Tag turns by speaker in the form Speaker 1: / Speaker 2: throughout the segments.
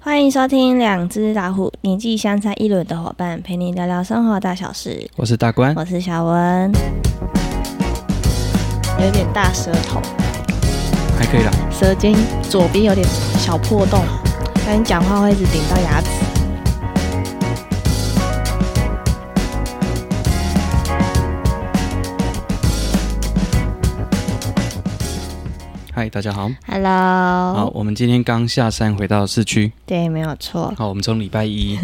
Speaker 1: 欢迎收听《两只老虎》，年纪相差一轮的伙伴陪你聊聊生活大小事。
Speaker 2: 我是大官，
Speaker 1: 我是小文，有点大舌头，
Speaker 2: 还可以啦。
Speaker 1: 舌尖左边有点小破洞，但你讲话会一直顶到牙齿。
Speaker 2: 嗨，大家好。
Speaker 1: Hello，
Speaker 2: 好，我们今天刚下山回到市 区。
Speaker 1: 对，没有错，
Speaker 2: 好，我们从礼拜 一、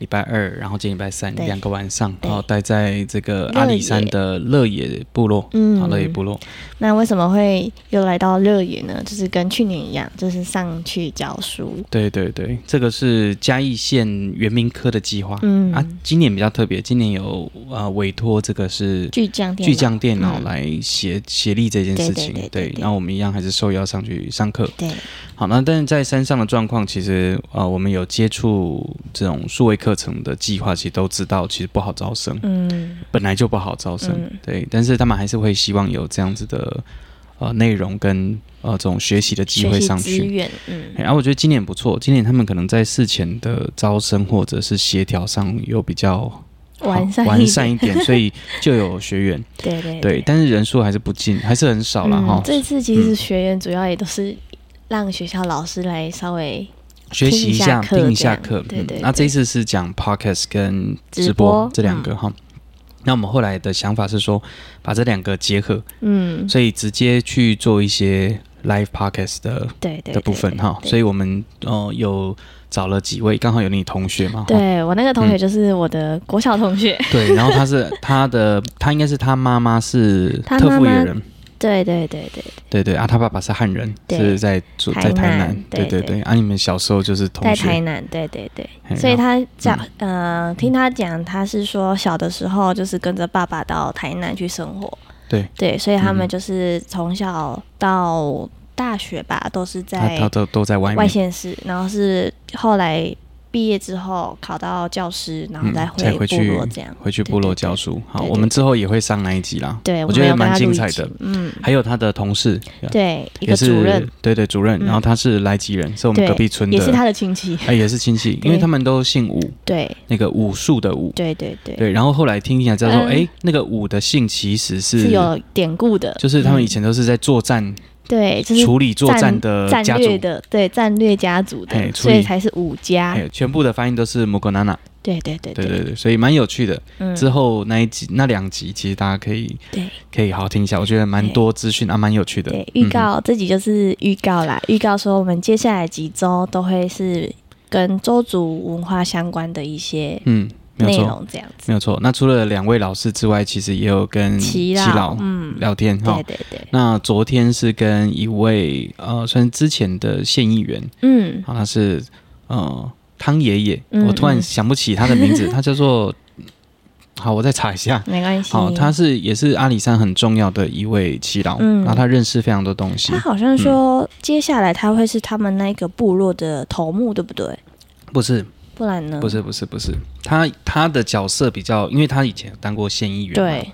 Speaker 2: 礼拜二，然后今天礼拜三
Speaker 1: 对
Speaker 2: 两个晚上，
Speaker 1: 对
Speaker 2: 然后待在这个
Speaker 1: 乐
Speaker 2: 阿里山
Speaker 1: 野
Speaker 2: 的乐野部落。
Speaker 1: 嗯
Speaker 2: 好，乐野部落。
Speaker 1: 那为什么会又来到乐野呢？就是跟去年一样，就是上去教书。
Speaker 2: 对对对，这个是嘉义县原民科的计划。
Speaker 1: 嗯，
Speaker 2: 啊，今年比较特别，今年有呃委托这个是
Speaker 1: 巨匠店，
Speaker 2: 巨匠电脑
Speaker 1: 嗯
Speaker 2: 来协协力这件
Speaker 1: 对
Speaker 2: 事
Speaker 1: 对
Speaker 2: 情
Speaker 1: 对对。对
Speaker 2: 然后我们一样还是受邀上去上课。
Speaker 1: 对，
Speaker 2: 好，那但是在山上的状况，其实呃，我们有接触这种数位课程的计划，其实都知道，其实不好招生，
Speaker 1: 嗯，
Speaker 2: 本来就不好招生，
Speaker 1: 嗯
Speaker 2: 对。但是他们还是会希望有这样子的呃内容跟呃这种学习的机
Speaker 1: 学
Speaker 2: 会
Speaker 1: 习
Speaker 2: 上
Speaker 1: 资
Speaker 2: 去。
Speaker 1: 源，嗯
Speaker 2: 然后、啊我觉得今年不错，今年他们可能在事前的招生或者是协调上有比较好
Speaker 1: 完善一
Speaker 2: 完
Speaker 1: 点
Speaker 2: 善一点，所以就有学 员
Speaker 1: 对对
Speaker 2: 对，但是人数还是不尽，还是很少了哈、
Speaker 1: 嗯。这次其实
Speaker 2: 嗯
Speaker 1: 学员主要也都是让学校老师来稍微
Speaker 2: 学习一下，
Speaker 1: 听
Speaker 2: 听
Speaker 1: 一
Speaker 2: 一
Speaker 1: 下
Speaker 2: 下
Speaker 1: 课
Speaker 2: 课。嗯
Speaker 1: 这样对对
Speaker 2: 那
Speaker 1: 对
Speaker 2: 这一次是讲 podcast 跟
Speaker 1: 直
Speaker 2: 直
Speaker 1: 播嗯
Speaker 2: 播这两个哈。那我们后来的想法是说，把这两个结合，
Speaker 1: 嗯，
Speaker 2: 所以直接去做一些 live podcast 的
Speaker 1: 对对
Speaker 2: 的部分哈。所
Speaker 1: 以
Speaker 2: 以我们呃有找了几位，刚好有你同学嘛，哈
Speaker 1: 对我那个同学
Speaker 2: 嗯
Speaker 1: 就是我的国小同学，
Speaker 2: 对。然后 他是他的，他应该是他妈妈是
Speaker 1: 他
Speaker 2: 特
Speaker 1: 妈
Speaker 2: 富
Speaker 1: 妈
Speaker 2: 野人，
Speaker 1: 对对对对，
Speaker 2: 对对啊，他爸爸是汉人，
Speaker 1: 对
Speaker 2: 是在住
Speaker 1: 台
Speaker 2: 在台
Speaker 1: 南
Speaker 2: 南，
Speaker 1: 对
Speaker 2: 对对
Speaker 1: 对
Speaker 2: 对。啊，你们小时候就是同
Speaker 1: 在台
Speaker 2: 学，
Speaker 1: 南，对对对，
Speaker 2: 嘿嗯
Speaker 1: 所以
Speaker 2: 然后
Speaker 1: 他讲，呃，听他讲，他是说小的时候就是跟着爸爸到台南去生活，
Speaker 2: 对
Speaker 1: 对，所以他们
Speaker 2: 嗯
Speaker 1: 就是从小到大学吧，都是
Speaker 2: 他
Speaker 1: 在
Speaker 2: 他都都在外面
Speaker 1: 外。县市，然后是后来毕业之后考到教师，然后
Speaker 2: 嗯
Speaker 1: 再
Speaker 2: 才
Speaker 1: 回
Speaker 2: 回
Speaker 1: 部落
Speaker 2: 去
Speaker 1: 这样。
Speaker 2: 回去部落教书。好，
Speaker 1: 对
Speaker 2: 我们之后也会上那一集啦。
Speaker 1: 对，
Speaker 2: 我
Speaker 1: 们
Speaker 2: 觉得
Speaker 1: 有跟
Speaker 2: 蛮
Speaker 1: 他录
Speaker 2: 精
Speaker 1: 一
Speaker 2: 彩
Speaker 1: 集
Speaker 2: 的。
Speaker 1: 嗯，
Speaker 2: 还有他的同事，
Speaker 1: 对，一
Speaker 2: 也
Speaker 1: 个
Speaker 2: 是
Speaker 1: 主任，
Speaker 2: 对对主任，
Speaker 1: 嗯
Speaker 2: 然后他是莱吉人，是我们
Speaker 1: 对
Speaker 2: 隔壁村的，
Speaker 1: 也是他的亲戚。
Speaker 2: 哎，也是亲戚，
Speaker 1: 对
Speaker 2: 因为他们都姓武，
Speaker 1: 对，
Speaker 2: 那个武术的武，
Speaker 1: 对对对，
Speaker 2: 对。然后后来听一下，知道
Speaker 1: 嗯
Speaker 2: 说，哎，那个武的姓其实
Speaker 1: 是
Speaker 2: 是，
Speaker 1: 有典故的。
Speaker 2: 就是他们
Speaker 1: 嗯
Speaker 2: 以前都是在作战
Speaker 1: 对，就是
Speaker 2: 处理作战
Speaker 1: 战
Speaker 2: 的
Speaker 1: 战
Speaker 2: 家
Speaker 1: 略
Speaker 2: 族。
Speaker 1: 的，对战略家族
Speaker 2: 嘿
Speaker 1: 的，
Speaker 2: 处
Speaker 1: 所以
Speaker 2: 理
Speaker 1: 才是武家。
Speaker 2: 哎，全部的发音都是 Mugonana，
Speaker 1: 对对对
Speaker 2: 对对对，所以蛮有趣的。
Speaker 1: 嗯，
Speaker 2: 之后那一集、那两集，其实大家可以
Speaker 1: 对
Speaker 2: 可以好好听一下，我觉得蛮多资讯啊，蛮有趣的。
Speaker 1: 对，预
Speaker 2: 嗯哼
Speaker 1: 告这集就是预告啦，预告说我们接下来几周都会是跟周族文化相关的一些
Speaker 2: 嗯，没
Speaker 1: 内
Speaker 2: 有错，
Speaker 1: 容这样子。
Speaker 2: 没有错。那除了两位老师之外，其实也有跟
Speaker 1: 祈
Speaker 2: 祈
Speaker 1: 老
Speaker 2: 老，
Speaker 1: 嗯，
Speaker 2: 聊天哈
Speaker 1: 对。对对，
Speaker 2: 那昨天是跟一位呃，算是之前的县议员，啊
Speaker 1: 嗯，
Speaker 2: 好，他是呃汤爷爷，
Speaker 1: 嗯
Speaker 2: 我突然
Speaker 1: 嗯
Speaker 2: 想不起他 的名字，他叫做好，我再查一下。
Speaker 1: 没关系。
Speaker 2: 好，他是也是阿里山很重要的一位耆老，
Speaker 1: 嗯
Speaker 2: 然后他认识非常多 东西
Speaker 1: 他，好像
Speaker 2: 嗯
Speaker 1: 说接下来他会是他们那个部落的头目，对不对？
Speaker 2: 不是
Speaker 1: 不然呢？
Speaker 2: 不，是不是不是，他他的角色比较，因为他以前有当过县议员，，
Speaker 1: 对，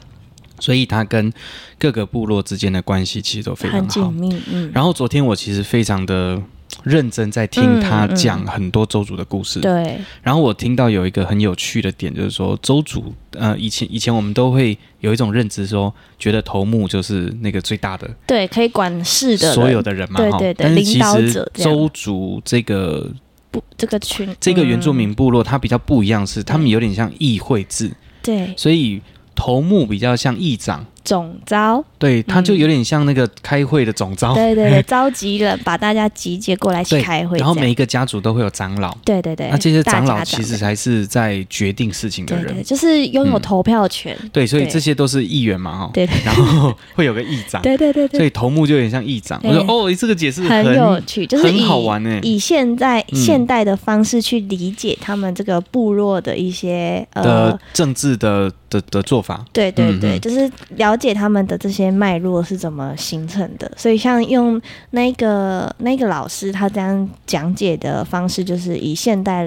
Speaker 2: 所以他跟各个部落之间的关系其实都非
Speaker 1: 很
Speaker 2: 常
Speaker 1: 紧
Speaker 2: 好。
Speaker 1: 密，嗯，
Speaker 2: 然后昨天我其实非常的认真在听他
Speaker 1: 嗯嗯
Speaker 2: 讲很多周族的故事，
Speaker 1: 对，
Speaker 2: 然后我听到有一个很有趣的点，就是说周族，呃，以前以前我们都会有一种认知说，觉得头目就是那个最大的
Speaker 1: 对，可以管事的人
Speaker 2: 所有的人嘛，
Speaker 1: 对
Speaker 2: 哈
Speaker 1: 对对
Speaker 2: 但是其
Speaker 1: 领导
Speaker 2: 实
Speaker 1: 者这样
Speaker 2: 周族这个
Speaker 1: 不这个群，
Speaker 2: 这个原住
Speaker 1: 嗯，
Speaker 2: 民部落，它比较不一样是，他们有点像议会制，
Speaker 1: 嗯对，
Speaker 2: 所以头目比较像议长，
Speaker 1: 总招，
Speaker 2: 对，他就
Speaker 1: 嗯
Speaker 2: 有点像那个开会的总召，
Speaker 1: 对对对， 召集人把大家集结过来一起
Speaker 2: 对
Speaker 1: 开会这样，
Speaker 2: 然后每一个家族都会有长老，
Speaker 1: 对对对，
Speaker 2: 那这些
Speaker 1: 大
Speaker 2: 长老
Speaker 1: 家
Speaker 2: 其实
Speaker 1: 的
Speaker 2: 才是在决定事情的
Speaker 1: 对
Speaker 2: 人，
Speaker 1: 对，就是拥有
Speaker 2: 嗯
Speaker 1: 投票权，
Speaker 2: 对，所以
Speaker 1: 对
Speaker 2: 这些都是议员嘛，哈，
Speaker 1: 对对
Speaker 2: 然后会有个议长，
Speaker 1: 对对对
Speaker 2: 所
Speaker 1: 对，
Speaker 2: 以头目就有点像议长。
Speaker 1: 对
Speaker 2: 我说哦，这个解释
Speaker 1: 很有趣，就是以
Speaker 2: 很好玩呢，
Speaker 1: 以现在
Speaker 2: 嗯
Speaker 1: 现代的方式去理解他们这个部落的一些呃
Speaker 2: 的，政治的的的做法，
Speaker 1: 对对
Speaker 2: 嗯
Speaker 1: 对，
Speaker 2: 嗯
Speaker 1: 就是了解他们的这些脉络是怎么形成的。所以像用那个那个老师他这样讲解的方式，就是以现代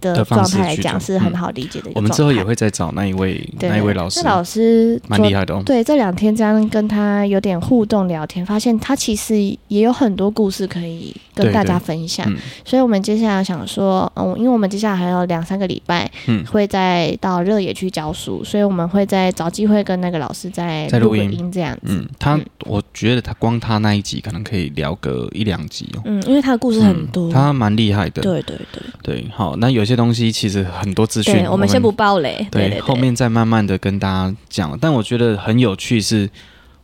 Speaker 1: 的
Speaker 2: 的
Speaker 1: 状
Speaker 2: 方式
Speaker 1: 态来
Speaker 2: 去
Speaker 1: 讲
Speaker 2: 讲
Speaker 1: 是很
Speaker 2: 嗯
Speaker 1: 好理解的一个
Speaker 2: 我们之
Speaker 1: 状
Speaker 2: 后
Speaker 1: 态
Speaker 2: 也会再找那一位
Speaker 1: 对
Speaker 2: 那一位老师
Speaker 1: 那，老师
Speaker 2: 蛮
Speaker 1: 昨
Speaker 2: 厉害的哦。
Speaker 1: 对，这两天这样跟他有点互动聊天，发现他其实也有很多故事可以跟
Speaker 2: 对
Speaker 1: 大
Speaker 2: 对
Speaker 1: 家分享。
Speaker 2: 嗯
Speaker 1: 所以我们接下来想说，嗯，因为我们接下来还有两三个礼拜
Speaker 2: 嗯，
Speaker 1: 会再到热野去教书，所以我们会再找机会跟那个老师再
Speaker 2: 再
Speaker 1: 录
Speaker 2: 录
Speaker 1: 个
Speaker 2: 音
Speaker 1: 音这样子。
Speaker 2: 嗯，他
Speaker 1: 嗯
Speaker 2: 我觉得他光他那一集可能可以聊个一两集哦。
Speaker 1: 嗯，因为他的故事很多。
Speaker 2: 嗯他蛮厉害的。
Speaker 1: 对对对
Speaker 2: 对好，那有些东西其实很多资讯，
Speaker 1: 对，我们先不爆雷。对
Speaker 2: 对
Speaker 1: 对，
Speaker 2: 后面再慢慢的跟大家讲。但我觉得很有趣是，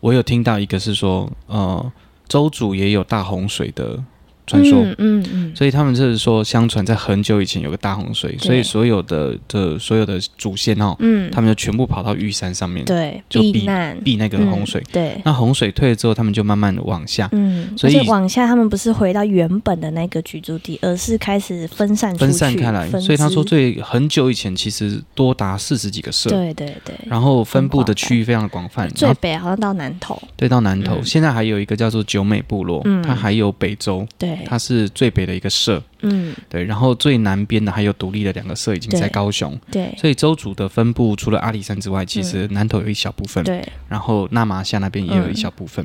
Speaker 2: 我有听到一个是说，呃，州主也有大洪水的传说，
Speaker 1: 嗯嗯嗯，
Speaker 2: 所以他们就是说，相传在很久以前有个大洪水，
Speaker 1: 对
Speaker 2: 所以所有的的所有的祖先哦，
Speaker 1: 嗯，
Speaker 2: 他们就全部跑到玉山上面
Speaker 1: 对
Speaker 2: 就
Speaker 1: 避
Speaker 2: 避
Speaker 1: 难
Speaker 2: 避那个洪水。
Speaker 1: 嗯对。
Speaker 2: 那洪水退了之后，他们就慢慢的往下。
Speaker 1: 嗯，
Speaker 2: 所
Speaker 1: 而且
Speaker 2: 以
Speaker 1: 往下他们不是回到原本的那个居住地，而是开始分散出去
Speaker 2: 分散开来，
Speaker 1: 分
Speaker 2: 所以他说
Speaker 1: 支
Speaker 2: 最很久以前其实多达四十几个社，
Speaker 1: 对对对，
Speaker 2: 然后分布
Speaker 1: 很广泛
Speaker 2: 的区域非常广泛，然
Speaker 1: 最
Speaker 2: 后
Speaker 1: 北好像到南头，
Speaker 2: 对，到南投，
Speaker 1: 嗯
Speaker 2: 现在还有一个叫做九美部落，
Speaker 1: 嗯
Speaker 2: 它还有北州，
Speaker 1: 对，
Speaker 2: 它是最北的一个社，
Speaker 1: 嗯，
Speaker 2: 对，然后最南边的还有独立的两个社，已经
Speaker 1: 对
Speaker 2: 在高雄，
Speaker 1: 对
Speaker 2: 所以州主的分布除了阿里山之外，其实南投有一小部分，
Speaker 1: 嗯对，嗯
Speaker 2: 然后纳马夏那边也有一小部分。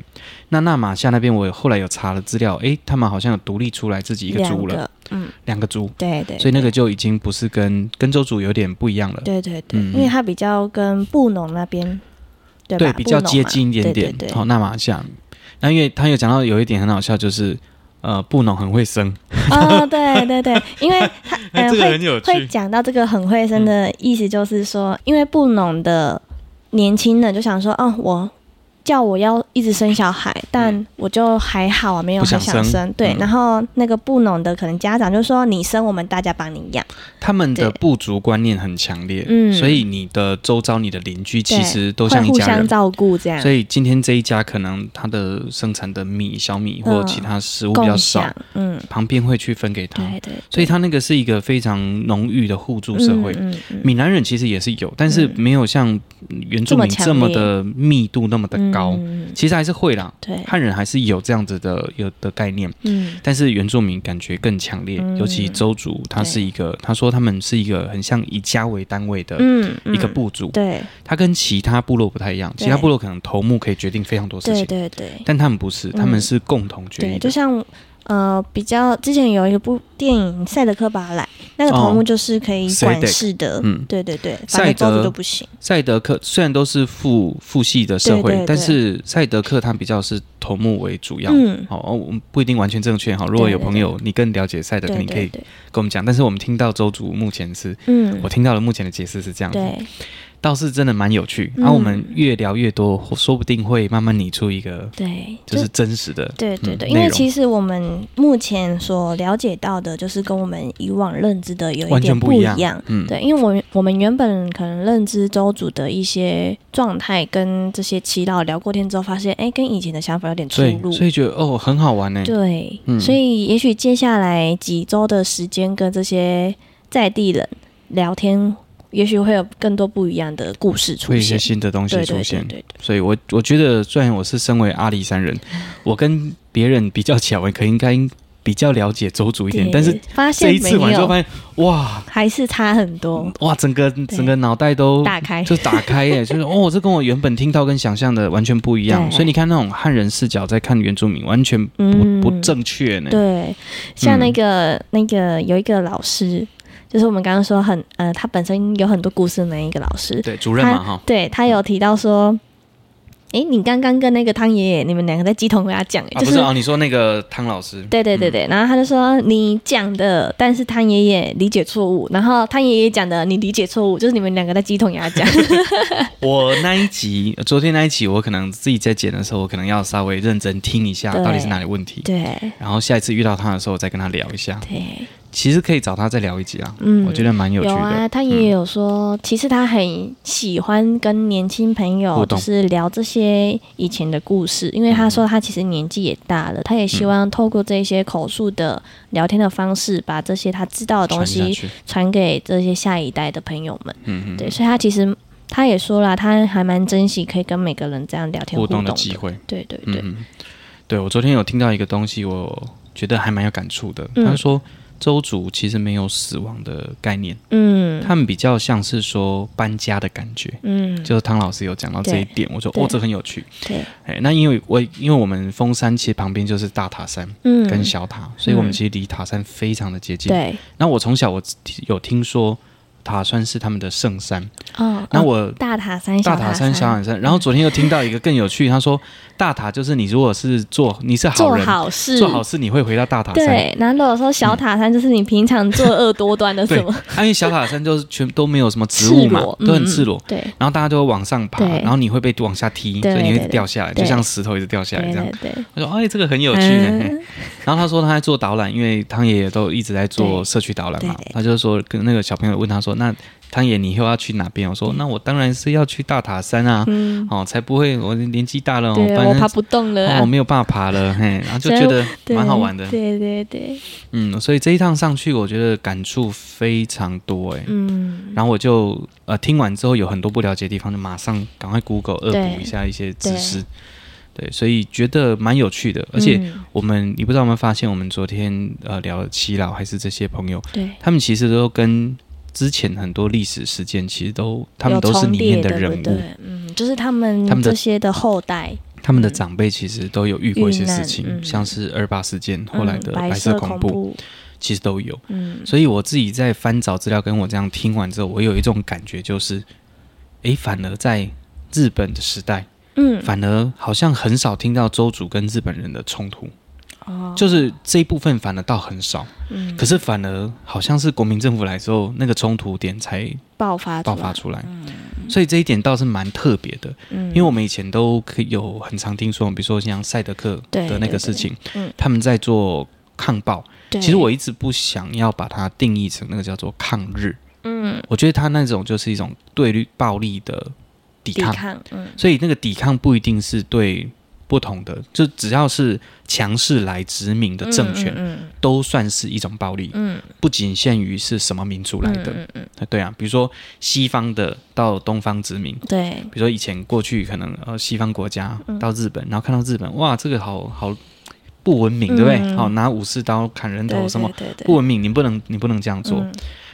Speaker 2: 那纳马夏那边我后来有查了资料，诶，他们好像有独立出来自己一个
Speaker 1: 两
Speaker 2: 族了，
Speaker 1: 个，嗯，
Speaker 2: 两个族，
Speaker 1: 对对，
Speaker 2: 所以那个就已经不是跟跟州主有点不一样了。
Speaker 1: 对对对，
Speaker 2: 嗯
Speaker 1: 因为它比较跟布农那边，对吧？
Speaker 2: 对，比较
Speaker 1: 布农嘛
Speaker 2: 接近一点点
Speaker 1: 对。对
Speaker 2: 好，纳马夏，那因为他有讲到有一点很好笑，就是呃，布农很会生，
Speaker 1: 对，哦，对对对，因为 它呃
Speaker 2: 哎这个
Speaker 1: 会
Speaker 2: 很有
Speaker 1: 会
Speaker 2: 趣。
Speaker 1: 讲到这个很会生的意思，就是说，因为布农的年轻人就想说，哦，我。叫我要一直生小孩，但我就还好啊，没有
Speaker 2: 不
Speaker 1: 很
Speaker 2: 想
Speaker 1: 嗯想
Speaker 2: 生
Speaker 1: 生。对，
Speaker 2: 嗯
Speaker 1: 然后那个布农的可能家长就说：“你生，我们大家帮你养。”
Speaker 2: 他们的
Speaker 1: 对
Speaker 2: 部族观念很强烈，
Speaker 1: 嗯
Speaker 2: 所以你的周遭、你的邻居其实都
Speaker 1: 会
Speaker 2: 像一
Speaker 1: 互
Speaker 2: 家
Speaker 1: 相
Speaker 2: 人。
Speaker 1: 照顾这样，
Speaker 2: 所以今天这一家可能它的生产的米、小米或
Speaker 1: 嗯
Speaker 2: 其他食物比较
Speaker 1: 共
Speaker 2: 少，
Speaker 1: 享，嗯，
Speaker 2: 旁边会去分给他，
Speaker 1: 对对，
Speaker 2: 所以它那个是一个非常浓郁的互助
Speaker 1: 对
Speaker 2: 社会。
Speaker 1: 嗯嗯嗯
Speaker 2: 闽南人其实也是有，但是
Speaker 1: 嗯
Speaker 2: 没有像原
Speaker 1: 这
Speaker 2: 住民
Speaker 1: 么强烈
Speaker 2: 这么的密度那么的高。
Speaker 1: 嗯嗯
Speaker 2: 其实还是会啦，
Speaker 1: 对，
Speaker 2: 汉人还是有这样子的有的概念，
Speaker 1: 嗯
Speaker 2: 但是原住民感觉更强烈，
Speaker 1: 嗯
Speaker 2: 尤其周族，他
Speaker 1: 对
Speaker 2: 是一个，他说他们是一个很像以家为单位的
Speaker 1: 嗯，
Speaker 2: 一个
Speaker 1: 嗯，
Speaker 2: 部族，
Speaker 1: 对
Speaker 2: 他跟其他部落不太一样，
Speaker 1: 对
Speaker 2: 其他部落可能头目可以决定非常多事
Speaker 1: 对
Speaker 2: 情，
Speaker 1: 对对
Speaker 2: 但他们不是，他们是共同决
Speaker 1: 对，
Speaker 2: 议
Speaker 1: 就
Speaker 2: 的，
Speaker 1: 像呃，比较之前有一部电影《赛德克巴莱》，那个
Speaker 2: 哦
Speaker 1: 头目就是可以
Speaker 2: 赛
Speaker 1: 管
Speaker 2: 德
Speaker 1: 事的，
Speaker 2: 嗯。
Speaker 1: 对对对，反
Speaker 2: 赛
Speaker 1: 正州主
Speaker 2: 德
Speaker 1: 就不行，
Speaker 2: 赛德克虽然都是父父系的社会，
Speaker 1: 对对对
Speaker 2: 但是赛德克他比较是头目为主要。
Speaker 1: 嗯，
Speaker 2: 好、哦，我们不一定完全正确哈。如果有朋友你更了解赛德克，
Speaker 1: 对
Speaker 2: 你可以
Speaker 1: 对
Speaker 2: 跟
Speaker 1: 对，
Speaker 2: 我们讲。但是我们听到周族目前是，
Speaker 1: 嗯
Speaker 2: 我，听到了目前的解释是这样子，
Speaker 1: 对，
Speaker 2: 倒是真的蛮有趣。然、
Speaker 1: 嗯
Speaker 2: 后、我们越聊越多，或说不定会慢慢拟出一个
Speaker 1: 对，
Speaker 2: 就是真实的。
Speaker 1: 对对对，
Speaker 2: 嗯
Speaker 1: 因为
Speaker 2: 内容
Speaker 1: 其实我们目前所了解到的，就是跟我们以往认知的有一
Speaker 2: 完
Speaker 1: 点
Speaker 2: 全
Speaker 1: 不
Speaker 2: 不
Speaker 1: 一
Speaker 2: 一
Speaker 1: 样。
Speaker 2: 样嗯
Speaker 1: 对，因为我们我们原本可能认知周主的一些状态，跟这些祈祷聊过天之后，发现哎，跟以前的想法有点出
Speaker 2: 对
Speaker 1: 入。，
Speaker 2: 所以觉得哦很好玩呢。
Speaker 1: 对，
Speaker 2: 嗯
Speaker 1: 所以也许接下来几周的时间，跟这些在地人聊天，也许会有更多不一样的故事出
Speaker 2: 会有一些
Speaker 1: 现。
Speaker 2: 新的东西
Speaker 1: 对
Speaker 2: 出
Speaker 1: 对
Speaker 2: 现
Speaker 1: 对，对对，
Speaker 2: 所以我我觉得，虽然我是身为阿里山人，我跟别人比较起来，我可应该比较了解周族一点，但是
Speaker 1: 发
Speaker 2: 这
Speaker 1: 现
Speaker 2: 一
Speaker 1: 没
Speaker 2: 次玩之后
Speaker 1: 有，
Speaker 2: 发现，嗯哇
Speaker 1: 还是差很多。
Speaker 2: 哇，整个整个脑袋都
Speaker 1: 打开，
Speaker 2: 就打开耶，就是哦，这跟我原本听到跟想象的完全不一样，
Speaker 1: 对
Speaker 2: 所以你看那种汉人视角在看原住民，完全不、
Speaker 1: 嗯
Speaker 2: 不正确呢。
Speaker 1: 对，像
Speaker 2: 嗯
Speaker 1: 那个、那个有一个老师，就是我们刚刚说很呃，他本身有很多故事的那一个老师，
Speaker 2: 对，主任嘛哈，
Speaker 1: 对他有提到说，诶，你刚刚跟那个汤爷爷，你们两个在鸡同鸭讲、
Speaker 2: 啊
Speaker 1: 就
Speaker 2: 不
Speaker 1: 是
Speaker 2: 是啊，你嗯说那个汤老师，
Speaker 1: 对对对对，然后他就说你讲的，但是汤爷爷理解错误，然后汤爷爷讲的你理解错误，就是你们两个在鸡同鸭 讲。
Speaker 2: 我那一集，昨天那一集，我可能自己在剪的时候，我可能要稍微认真听一下，
Speaker 1: 对
Speaker 2: 到底是哪里问题。
Speaker 1: 对
Speaker 2: 然后下一次遇到他的时候，我再跟他聊一下。
Speaker 1: 对，
Speaker 2: 其实可以找他再聊一集啊，
Speaker 1: 嗯
Speaker 2: 我觉得蛮有趣的。嗯
Speaker 1: 啊，他也有说，其实他很喜欢跟年轻朋友
Speaker 2: 互
Speaker 1: 就
Speaker 2: 动
Speaker 1: 是聊这些以前的故事，因为他说他其实年纪也大了，他也希望透过这些口述的聊天的方式，把这些他知道的东
Speaker 2: 传下
Speaker 1: 西
Speaker 2: 去，
Speaker 1: 传给这些下一代的朋友们。
Speaker 2: 嗯嗯，
Speaker 1: 对，所以他其实他也说了，他还蛮珍惜可以跟每个人这样聊天
Speaker 2: 互动
Speaker 1: 动
Speaker 2: 的机会。
Speaker 1: 对对对
Speaker 2: 嗯，嗯，对我昨天有听到一个东西，我觉得还蛮有感触的。
Speaker 1: 嗯
Speaker 2: 他说周族其实没有死亡的概念，
Speaker 1: 嗯
Speaker 2: 他们比较像是说搬家的感觉。
Speaker 1: 嗯，
Speaker 2: 就是汤老师有讲到这一点，我说
Speaker 1: 对
Speaker 2: 哦，这很有趣。
Speaker 1: 对，
Speaker 2: 哎，那因为我因为我们峰山其实旁边就是大塔山
Speaker 1: 嗯，
Speaker 2: 跟小塔，所以我们
Speaker 1: 嗯
Speaker 2: 其实离塔山非常的接近。
Speaker 1: 对，
Speaker 2: 那我从小我听有听说塔山是他们的圣山，
Speaker 1: 哦，
Speaker 2: 那
Speaker 1: 哦
Speaker 2: 我
Speaker 1: 大塔山、小啊
Speaker 2: 大塔山、小塔山，然后昨天又听到一个更有趣，他说大塔就是你如果是做你是好
Speaker 1: 做
Speaker 2: 人，
Speaker 1: 好事，
Speaker 2: 做好事你会回到大塔山。
Speaker 1: 对，然后如果说小塔山就是你平常作恶多端的什
Speaker 2: 对
Speaker 1: 么，
Speaker 2: 啊因为小塔山就是全都没有什么植物嘛
Speaker 1: 赤裸，
Speaker 2: 都很
Speaker 1: 嗯
Speaker 2: 赤裸，
Speaker 1: 对
Speaker 2: 然后大家都会往上爬，
Speaker 1: 对
Speaker 2: 然后你会被往下踢，所
Speaker 1: 对
Speaker 2: 以你会
Speaker 1: 对对
Speaker 2: 掉下来，
Speaker 1: 对
Speaker 2: 就像石头一直掉下来
Speaker 1: 对
Speaker 2: 这样
Speaker 1: 对。对，
Speaker 2: 他说：“哎，这个很有趣。
Speaker 1: 嗯
Speaker 2: 嘿 然后他说他在做导览，因为汤爷也都一直在做社区导览嘛
Speaker 1: 对。对
Speaker 2: 他就说跟那个小朋友问他说：‘那汤爷，你以后要去哪边？’我说：‘那我当然是要去大塔山啊，
Speaker 1: 嗯，
Speaker 2: 哦，才不会我年纪大了，哦
Speaker 1: 对
Speaker 2: 反
Speaker 1: 我
Speaker 2: 正
Speaker 1: 爬不动了
Speaker 2: 哦，
Speaker 1: 啊
Speaker 2: 我，没有办法爬了。’嘿，然后就
Speaker 1: 所以
Speaker 2: 觉得
Speaker 1: 对
Speaker 2: 蛮好玩的。
Speaker 1: 对对对，
Speaker 2: 嗯，所以这一趟上去，我觉得感触非常多哎。
Speaker 1: 嗯，
Speaker 2: 然后我就呃听完之后有很多不了解的地方，就马上赶快 Google 恶补
Speaker 1: 对
Speaker 2: 一下一些知
Speaker 1: 对
Speaker 2: 识。对，所以觉得蛮有趣的，而且。
Speaker 1: 嗯
Speaker 2: 我们你不知道有没有发现，我们昨天呃聊了七老还是这些朋友，
Speaker 1: 对，
Speaker 2: 他们其实都跟之前很多历史事件其实都他们
Speaker 1: 有
Speaker 2: 都是
Speaker 1: 重
Speaker 2: 里面
Speaker 1: 叠
Speaker 2: 人
Speaker 1: 对
Speaker 2: 物，
Speaker 1: 不对嗯，就是他们
Speaker 2: 他们的
Speaker 1: 这些的后代，
Speaker 2: 他们的长辈其实都有遇过一些
Speaker 1: 遇难
Speaker 2: 事情，
Speaker 1: 嗯
Speaker 2: 像是二八事件后来的
Speaker 1: 嗯白
Speaker 2: 白色恐
Speaker 1: 恐
Speaker 2: 怖，，其实都有。
Speaker 1: 嗯，
Speaker 2: 所以我自己在翻找资料，跟我这样听完之后，我有一种感觉，就是，诶，反而在日本的时代，
Speaker 1: 嗯，
Speaker 2: 反而好像很少听到周主跟日本人的冲突，
Speaker 1: 哦，
Speaker 2: 就是这一部分反而倒很少。
Speaker 1: 嗯
Speaker 2: 可是反而好像是国民政府来之后，那个冲突点才
Speaker 1: 爆发
Speaker 2: 爆
Speaker 1: 出
Speaker 2: 发
Speaker 1: 来，
Speaker 2: 出来，所以这一点倒是蛮特别的。
Speaker 1: 嗯，
Speaker 2: 因为我们以前都可以有很常听说，比如说像赛德克
Speaker 1: 对
Speaker 2: 的那个
Speaker 1: 对
Speaker 2: 事情，
Speaker 1: 对嗯
Speaker 2: 他们在做抗暴。
Speaker 1: 对
Speaker 2: 其实我一直不想要把它定义成那个叫做抗日，
Speaker 1: 嗯
Speaker 2: 我觉得他那种就是一种对立暴力的抵
Speaker 1: 抵
Speaker 2: 抗，
Speaker 1: 抗，嗯
Speaker 2: 所以那个抵抗不一定是对不同的，就只要是强势来殖民的政权，
Speaker 1: 嗯
Speaker 2: 都算是一种暴力。
Speaker 1: 嗯，
Speaker 2: 不仅限于是什么民族来的，
Speaker 1: 嗯嗯，
Speaker 2: 对啊，比如说西方的到东方殖民，
Speaker 1: 对，
Speaker 2: 比如说以前过去可能呃西方国家
Speaker 1: 嗯
Speaker 2: 到日本，然后看到日本哇这个好好不文明，
Speaker 1: 嗯
Speaker 2: 对不对？好、拿武士刀砍人头什么
Speaker 1: 对对嗯
Speaker 2: 不文明，你不能你不能这样做。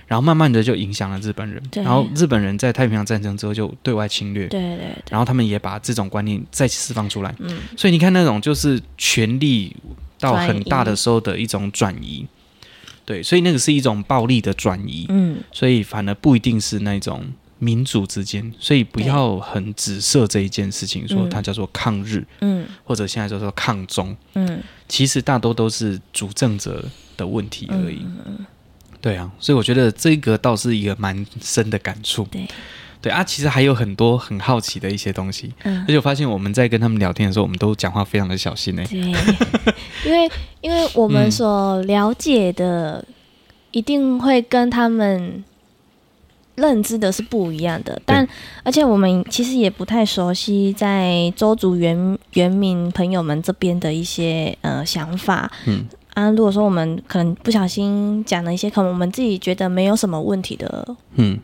Speaker 2: 然后慢慢的就影响了日本人，
Speaker 1: 对
Speaker 2: 然后日本人在太平洋战争之后就对外侵略，
Speaker 1: 对对
Speaker 2: 然后他们也把这种观念再释放出来，
Speaker 1: 嗯
Speaker 2: 所以你看那种就是权力到很大
Speaker 1: 转
Speaker 2: 的
Speaker 1: 移
Speaker 2: 时候的一种转移，对，所以那个是一种暴力的转移，
Speaker 1: 嗯，
Speaker 2: 所以反而不一定是那种民主之间，所以不要很只设这一件事情，说
Speaker 1: 嗯
Speaker 2: 它叫做抗日，
Speaker 1: 嗯
Speaker 2: 或者现在叫做抗中，
Speaker 1: 嗯，
Speaker 2: 其实大多都是主政者的问题而已。
Speaker 1: 嗯
Speaker 2: 对啊，所以我觉得这个倒是一个蛮深的感触。
Speaker 1: 对，
Speaker 2: 对啊，其实还有很多很好奇的一些东西，
Speaker 1: 嗯
Speaker 2: 而且我发现我们在跟他们聊天的时候，我们都讲话非常的小心诶、欸
Speaker 1: 对，因为因为我
Speaker 2: 嗯
Speaker 1: 们所了解的，一定会跟他们认知的是不一样的，但而且我们其实也不太熟悉在周族原原民朋友们这边的一些呃想法，
Speaker 2: 嗯，
Speaker 1: 啊，如果说我们可能不小心讲了一些可能我们自己觉得没有什么问题的
Speaker 2: 嗯，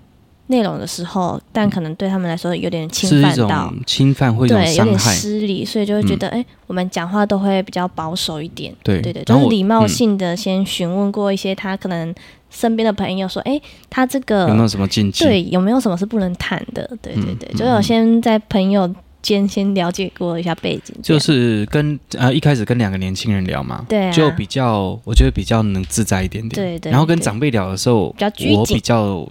Speaker 1: 内容的时候，但可能对他们来说有点
Speaker 2: 是
Speaker 1: 侵
Speaker 2: 一
Speaker 1: 犯到，
Speaker 2: 种侵犯或一种
Speaker 1: 对，有
Speaker 2: 伤
Speaker 1: 点
Speaker 2: 害，嗯
Speaker 1: 失礼，所以就会觉得，哎、我们讲话都会比较保守一点。
Speaker 2: 对
Speaker 1: 对对，
Speaker 2: 然
Speaker 1: 就
Speaker 2: 后
Speaker 1: 是
Speaker 2: 我
Speaker 1: 礼貌
Speaker 2: 嗯
Speaker 1: 性的先询问过一些他可能身边的朋友，说，哎、他这个
Speaker 2: 嗯有没有什么禁忌？
Speaker 1: 对有没有什么是不能谈的？对对
Speaker 2: 嗯
Speaker 1: 对，
Speaker 2: 嗯
Speaker 1: 就有先在朋友间先了解过一下背景，这
Speaker 2: 就
Speaker 1: 样
Speaker 2: 是跟呃一开始跟两个年轻人聊嘛，
Speaker 1: 对啊
Speaker 2: 就比较我觉得比较能自在一点点。
Speaker 1: 对对
Speaker 2: 然后跟
Speaker 1: 对
Speaker 2: 长辈聊的时候，
Speaker 1: 比较拘谨
Speaker 2: 我比较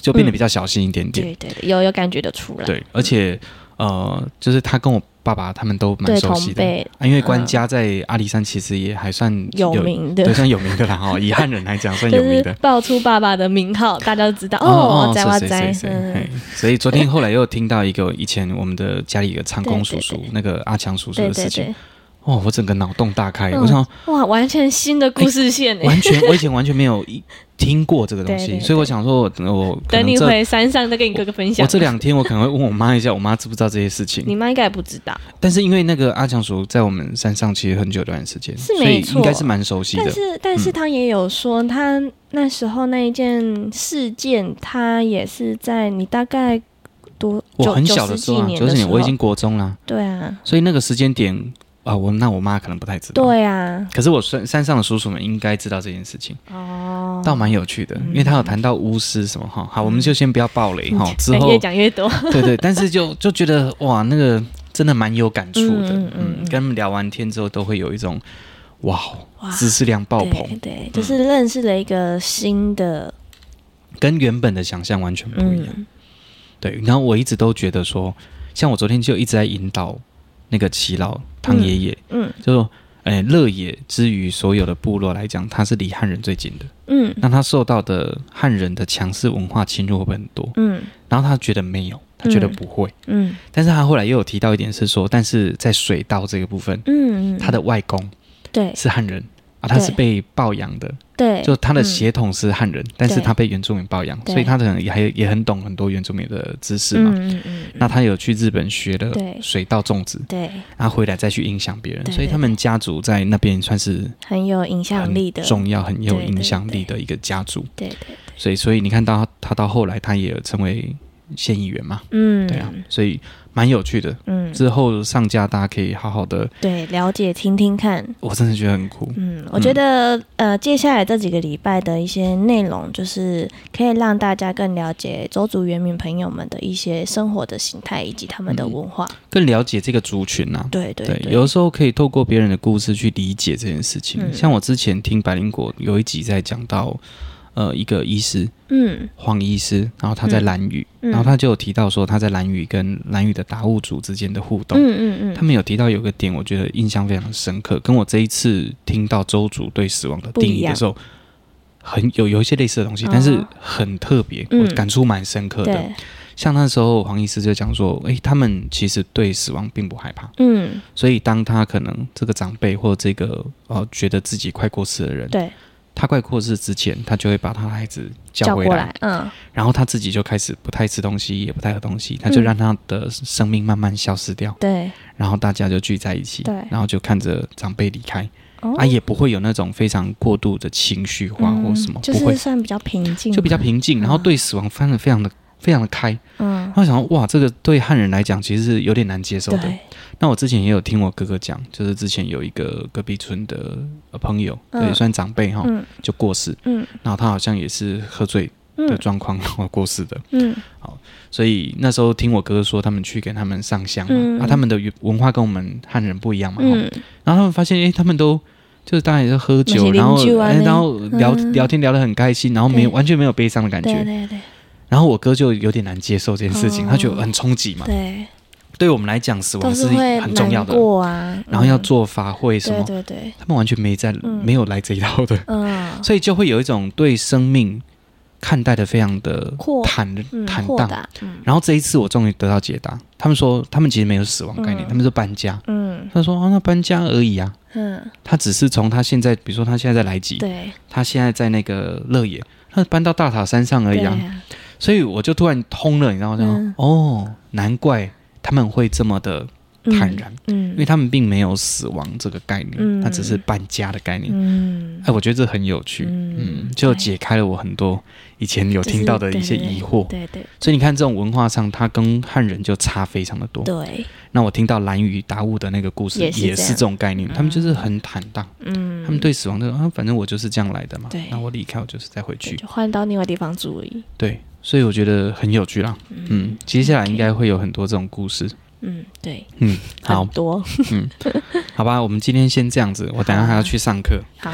Speaker 2: 就变得比较小心一点点。
Speaker 1: 对对对，有有感觉的出来，
Speaker 2: 对，而且呃，就是他跟我爸爸他们都蛮
Speaker 1: 对
Speaker 2: 熟
Speaker 1: 同
Speaker 2: 悉的，
Speaker 1: 辈嗯
Speaker 2: 啊因为官家在阿里山其实也还算
Speaker 1: 有，名的
Speaker 2: 对，。算有名的啦哈。以汉人来讲，算
Speaker 1: 就
Speaker 2: 有名
Speaker 1: 是
Speaker 2: 的。
Speaker 1: 爆出爸爸的名号，大家都知道哦，我在我
Speaker 2: 谁
Speaker 1: 在
Speaker 2: 谁，谁谁嘿
Speaker 1: 嗯，
Speaker 2: 所以昨天后来又听到一个以前我们的家里一个长工叔
Speaker 1: 对对
Speaker 2: 叔
Speaker 1: 对，
Speaker 2: 那个阿强叔叔
Speaker 1: 对
Speaker 2: 的
Speaker 1: 对
Speaker 2: 事情，
Speaker 1: 对，
Speaker 2: 哦，我整个脑洞大开，
Speaker 1: 嗯
Speaker 2: 我想
Speaker 1: 哇，完全新的故事线呢。
Speaker 2: 完全，我以前完全没有一听过这个东西，
Speaker 1: 对对对
Speaker 2: 所以我想说我，呃我可
Speaker 1: 等
Speaker 2: 能
Speaker 1: 你
Speaker 2: 这
Speaker 1: 回山上再跟你哥哥分享。
Speaker 2: 我这两天我可能会问我妈一下，我妈知不知道这些事
Speaker 1: 你
Speaker 2: 情？
Speaker 1: 妈应该也不知道，
Speaker 2: 但是因为那个阿强叔在我们山上其实很久一段时间，
Speaker 1: 是
Speaker 2: 所以
Speaker 1: 没错
Speaker 2: 应该是蛮熟悉
Speaker 1: 但
Speaker 2: 的。
Speaker 1: 是但是他也有说，他那时候那一件事件，他也是在你大概多
Speaker 2: 我
Speaker 1: 九
Speaker 2: 很
Speaker 1: 九
Speaker 2: 小
Speaker 1: 十
Speaker 2: 时
Speaker 1: 几
Speaker 2: 候啊，
Speaker 1: 年
Speaker 2: 九
Speaker 1: 的
Speaker 2: 十
Speaker 1: 时
Speaker 2: 年
Speaker 1: 候，
Speaker 2: 我已经国中啦，
Speaker 1: 对啊，
Speaker 2: 所以那个时间点啊、我那我妈可能不太知道。，
Speaker 1: 对啊，
Speaker 2: 可是我山山上的叔叔们应该知道这件事情，
Speaker 1: 哦，嗯
Speaker 2: 倒蛮有趣的，因为他有谈到巫师什么哈。好，我们就先不要暴雷哈，之后
Speaker 1: 哎越讲越多，
Speaker 2: 对对，但是就就觉得哇，那个真的蛮有感触的。
Speaker 1: 嗯
Speaker 2: 嗯
Speaker 1: 嗯嗯
Speaker 2: 跟他们聊完天之后，都会有一种哇哦，
Speaker 1: 哇
Speaker 2: 知识量爆
Speaker 1: 对
Speaker 2: 棚，嗯
Speaker 1: 对，就是认识了一个新的，
Speaker 2: 跟原本的想象完全不一样。
Speaker 1: 嗯，
Speaker 2: 对，然后我一直都觉得说，像我昨天就一直在引导那个齐老汤爷爷，
Speaker 1: 嗯
Speaker 2: 就说，哎，乐野之于所有的部落来讲，他是离汉人最近的，
Speaker 1: 嗯
Speaker 2: 那他受到的汉人的强势文化侵入会不会很多？
Speaker 1: 嗯
Speaker 2: 然后他觉得没有，他觉得不会。
Speaker 1: 嗯
Speaker 2: 但是他后来又有提到一点是说，但是在水稻这个部分，
Speaker 1: 嗯，
Speaker 2: 他的外公
Speaker 1: 对
Speaker 2: 是汉人啊，他是被抱养的，
Speaker 1: 对，嗯
Speaker 2: 就他的血统是汉人，但是他被原住民抱养，
Speaker 1: 对
Speaker 2: 所以他可能也还也很懂很多原住民的知识嘛。
Speaker 1: 嗯嗯嗯，
Speaker 2: 那他有去日本学了
Speaker 1: 对
Speaker 2: 水稻种植，
Speaker 1: 对，
Speaker 2: 然后回来再去影响别人，
Speaker 1: 对
Speaker 2: 所以他们家族在那边算是
Speaker 1: 很有影响
Speaker 2: 很
Speaker 1: 力的，
Speaker 2: 重要、很有
Speaker 1: 对对
Speaker 2: 影响力的一个家族。
Speaker 1: 对对，
Speaker 2: 所以，所以你看到他他到后来，他也有成为县议员嘛，
Speaker 1: 嗯，
Speaker 2: 对啊，所以蛮有趣的。
Speaker 1: 嗯，
Speaker 2: 之后上架，大家可以好好的，
Speaker 1: 对，了解听听看。
Speaker 2: 我真的觉得很酷。
Speaker 1: 嗯，我觉得、呃，接下来这几个礼拜的一些内容，就是可以让大家更了解周族原民朋友们的一些生活的形态以及他们的文化。
Speaker 2: 更了解这个族群呐、
Speaker 1: 对对
Speaker 2: 嗯对
Speaker 1: 对，
Speaker 2: 有的时候可以透过别人的故事去理解这件事情。
Speaker 1: 嗯
Speaker 2: 像我之前听百灵果有一集在讲到，呃，一个医师
Speaker 1: 嗯，
Speaker 2: 黄医师，然后他在兰屿，
Speaker 1: 嗯
Speaker 2: 然后他就有提到说他在兰屿跟兰屿的达悟族之间的互动。
Speaker 1: 嗯嗯嗯，
Speaker 2: 他们有提到有个点，我觉得印象非常深刻，跟我这一次听到周族对死亡的定
Speaker 1: 不一
Speaker 2: 义
Speaker 1: 样
Speaker 2: 的时候，很有有一些类似的东西，
Speaker 1: 嗯
Speaker 2: 但是很特别，
Speaker 1: 嗯
Speaker 2: 我感触蛮深刻的。
Speaker 1: 对，
Speaker 2: 像那时候黄医师就讲说，诶，他们其实对死亡并不害怕，
Speaker 1: 嗯
Speaker 2: 所以当他可能这个长辈或这个呃觉得自己快过世的人，
Speaker 1: 对，
Speaker 2: 他快过世之前，他就会把他孩子
Speaker 1: 叫
Speaker 2: 叫回
Speaker 1: 过
Speaker 2: 来，
Speaker 1: 来，嗯
Speaker 2: 然后他自己就开始不太吃东西，也不太喝东西，他就
Speaker 1: 嗯
Speaker 2: 让他的生命慢慢消失掉，
Speaker 1: 对，
Speaker 2: 然后大家就聚在一起
Speaker 1: 嗯对，
Speaker 2: 然后就看着长辈离开，
Speaker 1: 哦
Speaker 2: 啊，也不会有那种非常过度的情绪化
Speaker 1: 嗯
Speaker 2: 或什么，
Speaker 1: 就
Speaker 2: 不
Speaker 1: 是
Speaker 2: 会，
Speaker 1: 算比较平静，
Speaker 2: 就比较平静，然后对死亡翻的非常的非常的开，
Speaker 1: 嗯，
Speaker 2: 他想说哇，这个对汉人来讲其实是有点难接受的。
Speaker 1: 对，
Speaker 2: 那我之前也有听我哥哥讲，就是之前有一个隔壁村的呃朋友，
Speaker 1: 嗯
Speaker 2: 也算长辈哈，
Speaker 1: 嗯
Speaker 2: 就过世，
Speaker 1: 嗯
Speaker 2: 然后他好像也是喝醉的
Speaker 1: 嗯
Speaker 2: 状况然后过世的，
Speaker 1: 嗯
Speaker 2: 所以那时候听我哥哥说，他们去给他们上香嘛，
Speaker 1: 嗯
Speaker 2: 啊，他们的文化跟我们汉人不一样嘛，哈
Speaker 1: 嗯，
Speaker 2: 然后他们发现，诶，他们都。就是大家也是喝
Speaker 1: 那
Speaker 2: 酒，
Speaker 1: 些
Speaker 2: 然后、
Speaker 1: 邻居啊
Speaker 2: 诶
Speaker 1: 那
Speaker 2: 然后聊、
Speaker 1: 嗯
Speaker 2: 聊天聊得很开心，然后没有
Speaker 1: 对
Speaker 2: 完全没有悲伤的感
Speaker 1: 对
Speaker 2: 觉。
Speaker 1: 对对
Speaker 2: 然后我哥就有点难接受这件事情，
Speaker 1: 哦
Speaker 2: 他觉得很冲击嘛。
Speaker 1: 对，
Speaker 2: 对我们来讲，死
Speaker 1: 都
Speaker 2: 亡
Speaker 1: 是会
Speaker 2: 很重要
Speaker 1: 难
Speaker 2: 的，
Speaker 1: 过啊，
Speaker 2: 然后要
Speaker 1: 嗯
Speaker 2: 做法会什么，
Speaker 1: 对对对，
Speaker 2: 他们完全没在、
Speaker 1: 嗯
Speaker 2: 没有来这一套的，
Speaker 1: 嗯，
Speaker 2: 所以就会有一种对生命看待的非常的
Speaker 1: 阔
Speaker 2: 坦
Speaker 1: 嗯
Speaker 2: 坦
Speaker 1: 豁
Speaker 2: 荡。
Speaker 1: 达，嗯
Speaker 2: 然后这一次我终于得到解答，他们说他们其实没有死亡概念，
Speaker 1: 嗯
Speaker 2: 他们是搬家。
Speaker 1: 嗯
Speaker 2: 他说啊，那搬家而已啊，
Speaker 1: 嗯，
Speaker 2: 他只是从他现在，比如说他现在在莱吉，
Speaker 1: 对，
Speaker 2: 他现在在那个乐野，他搬到大塔山上而
Speaker 1: 对
Speaker 2: 已啊。
Speaker 1: 啊，
Speaker 2: 所以我就突然通了，你知道吗？
Speaker 1: 嗯
Speaker 2: 哦，难怪他们会这么的坦然，
Speaker 1: 嗯，
Speaker 2: 因为他们并没有死亡这个概念，
Speaker 1: 嗯
Speaker 2: 它只是搬家的概念。
Speaker 1: 嗯
Speaker 2: 哎，我觉得这很有趣，
Speaker 1: 嗯
Speaker 2: 嗯，就解开了我很多以前有听到的一些疑惑。
Speaker 1: 对对
Speaker 2: 所以你看，这种文化上，它跟汉人就差非常的多。
Speaker 1: 对，
Speaker 2: 那我听到蓝鱼达悟的那个故事，
Speaker 1: 也是
Speaker 2: 也是
Speaker 1: 这样
Speaker 2: 这种概念，他们就是很坦荡，
Speaker 1: 嗯，
Speaker 2: 他们对死亡的啊，反正我就是这样来的嘛
Speaker 1: 对，
Speaker 2: 那我离开，我就是再回
Speaker 1: 对
Speaker 2: 去，
Speaker 1: 就换到另外地方住而已，
Speaker 2: 对，所以我觉得很有趣啦。嗯，接下来应该会有很多这种故事。
Speaker 1: 嗯，对，
Speaker 2: 嗯，好
Speaker 1: 很，多
Speaker 2: 好吧，我们今天先这样子，我等一下还要去上课，
Speaker 1: 好，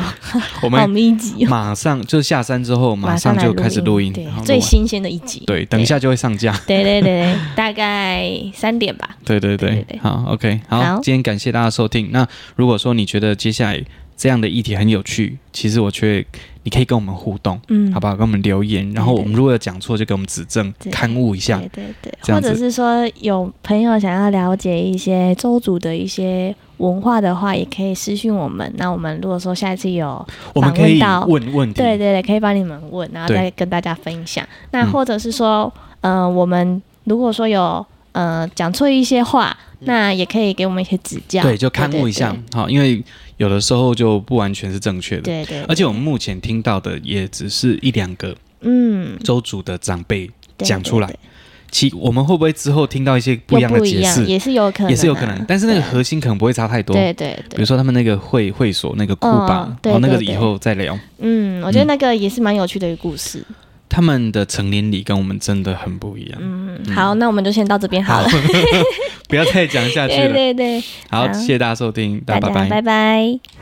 Speaker 1: 好
Speaker 2: 我们
Speaker 1: 密集哦，
Speaker 2: 马上就下山之后，马上
Speaker 1: 来
Speaker 2: 就开始录音，
Speaker 1: 对
Speaker 2: 然后，录
Speaker 1: 最
Speaker 2: 完
Speaker 1: 新鲜的一集，
Speaker 2: 对，等一下就会上架。
Speaker 1: 对对对对，大概三点吧，
Speaker 2: 对对对，
Speaker 1: 对对对
Speaker 2: 好，OK，好，
Speaker 1: 好
Speaker 2: 今天感谢大家收听。那如果说你觉得接下来这样的议题很有趣，其实我觉得你可以跟我们互动，
Speaker 1: 嗯，
Speaker 2: 好不好？跟我们留言，然后
Speaker 1: 对对
Speaker 2: 我们如果有讲错，就给我们指正
Speaker 1: 对，
Speaker 2: 刊物一下
Speaker 1: 对。对对，或
Speaker 2: 这样子
Speaker 1: 者是说有朋友想要了解一些周族的一些文化的话，也可以私讯我们。那我们如果说下一次有，
Speaker 2: 我们可以
Speaker 1: 访问到
Speaker 2: 问问题，
Speaker 1: 对对对，可以帮你们问，然后
Speaker 2: 对
Speaker 1: 再跟大家分享。那
Speaker 2: 嗯
Speaker 1: 或者是说，呃，我们如果说有呃讲错一些话，那也可以给我们一些指教。
Speaker 2: 嗯对就刊物一下，好，因为有的时候就不完全是正确的。
Speaker 1: 对。对对，
Speaker 2: 而且我们目前听到的也只是一两个
Speaker 1: 嗯
Speaker 2: 州族的长辈
Speaker 1: 对
Speaker 2: 讲出来
Speaker 1: 对
Speaker 2: 其我们会不会之后听到一些不
Speaker 1: 又
Speaker 2: 一样的
Speaker 1: 不一
Speaker 2: 解
Speaker 1: 样，
Speaker 2: 释，
Speaker 1: 也是有可能、啊，
Speaker 2: 也是有可能，但是那个核心可能不会差太多。
Speaker 1: 对对
Speaker 2: 比如
Speaker 1: 对，
Speaker 2: 说他们那个会会所那个库巴，哦
Speaker 1: 嗯对
Speaker 2: 然后那个
Speaker 1: 对对
Speaker 2: 以后再聊。
Speaker 1: 嗯，我觉得那个也是蛮有趣的一个故事。
Speaker 2: 他们的成年礼跟我们真的很不一样。
Speaker 1: 嗯，好，那我们就先到这边好了。
Speaker 2: 不要再讲下去
Speaker 1: 对
Speaker 2: 了。
Speaker 1: 对对，
Speaker 2: 好，
Speaker 1: 好
Speaker 2: 谢谢大家收听，
Speaker 1: 大
Speaker 2: 家
Speaker 1: 家
Speaker 2: 拜拜。
Speaker 1: 拜拜